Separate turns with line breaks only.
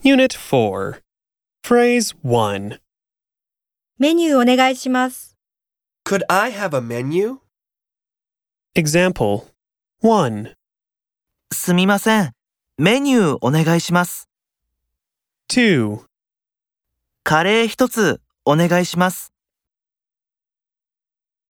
Unit 4. Phrase 1.
メニューお願いします。
Could I have a menu?
Example 1,
すみません。メニューお願いします。
2,
カレー一つお願いします。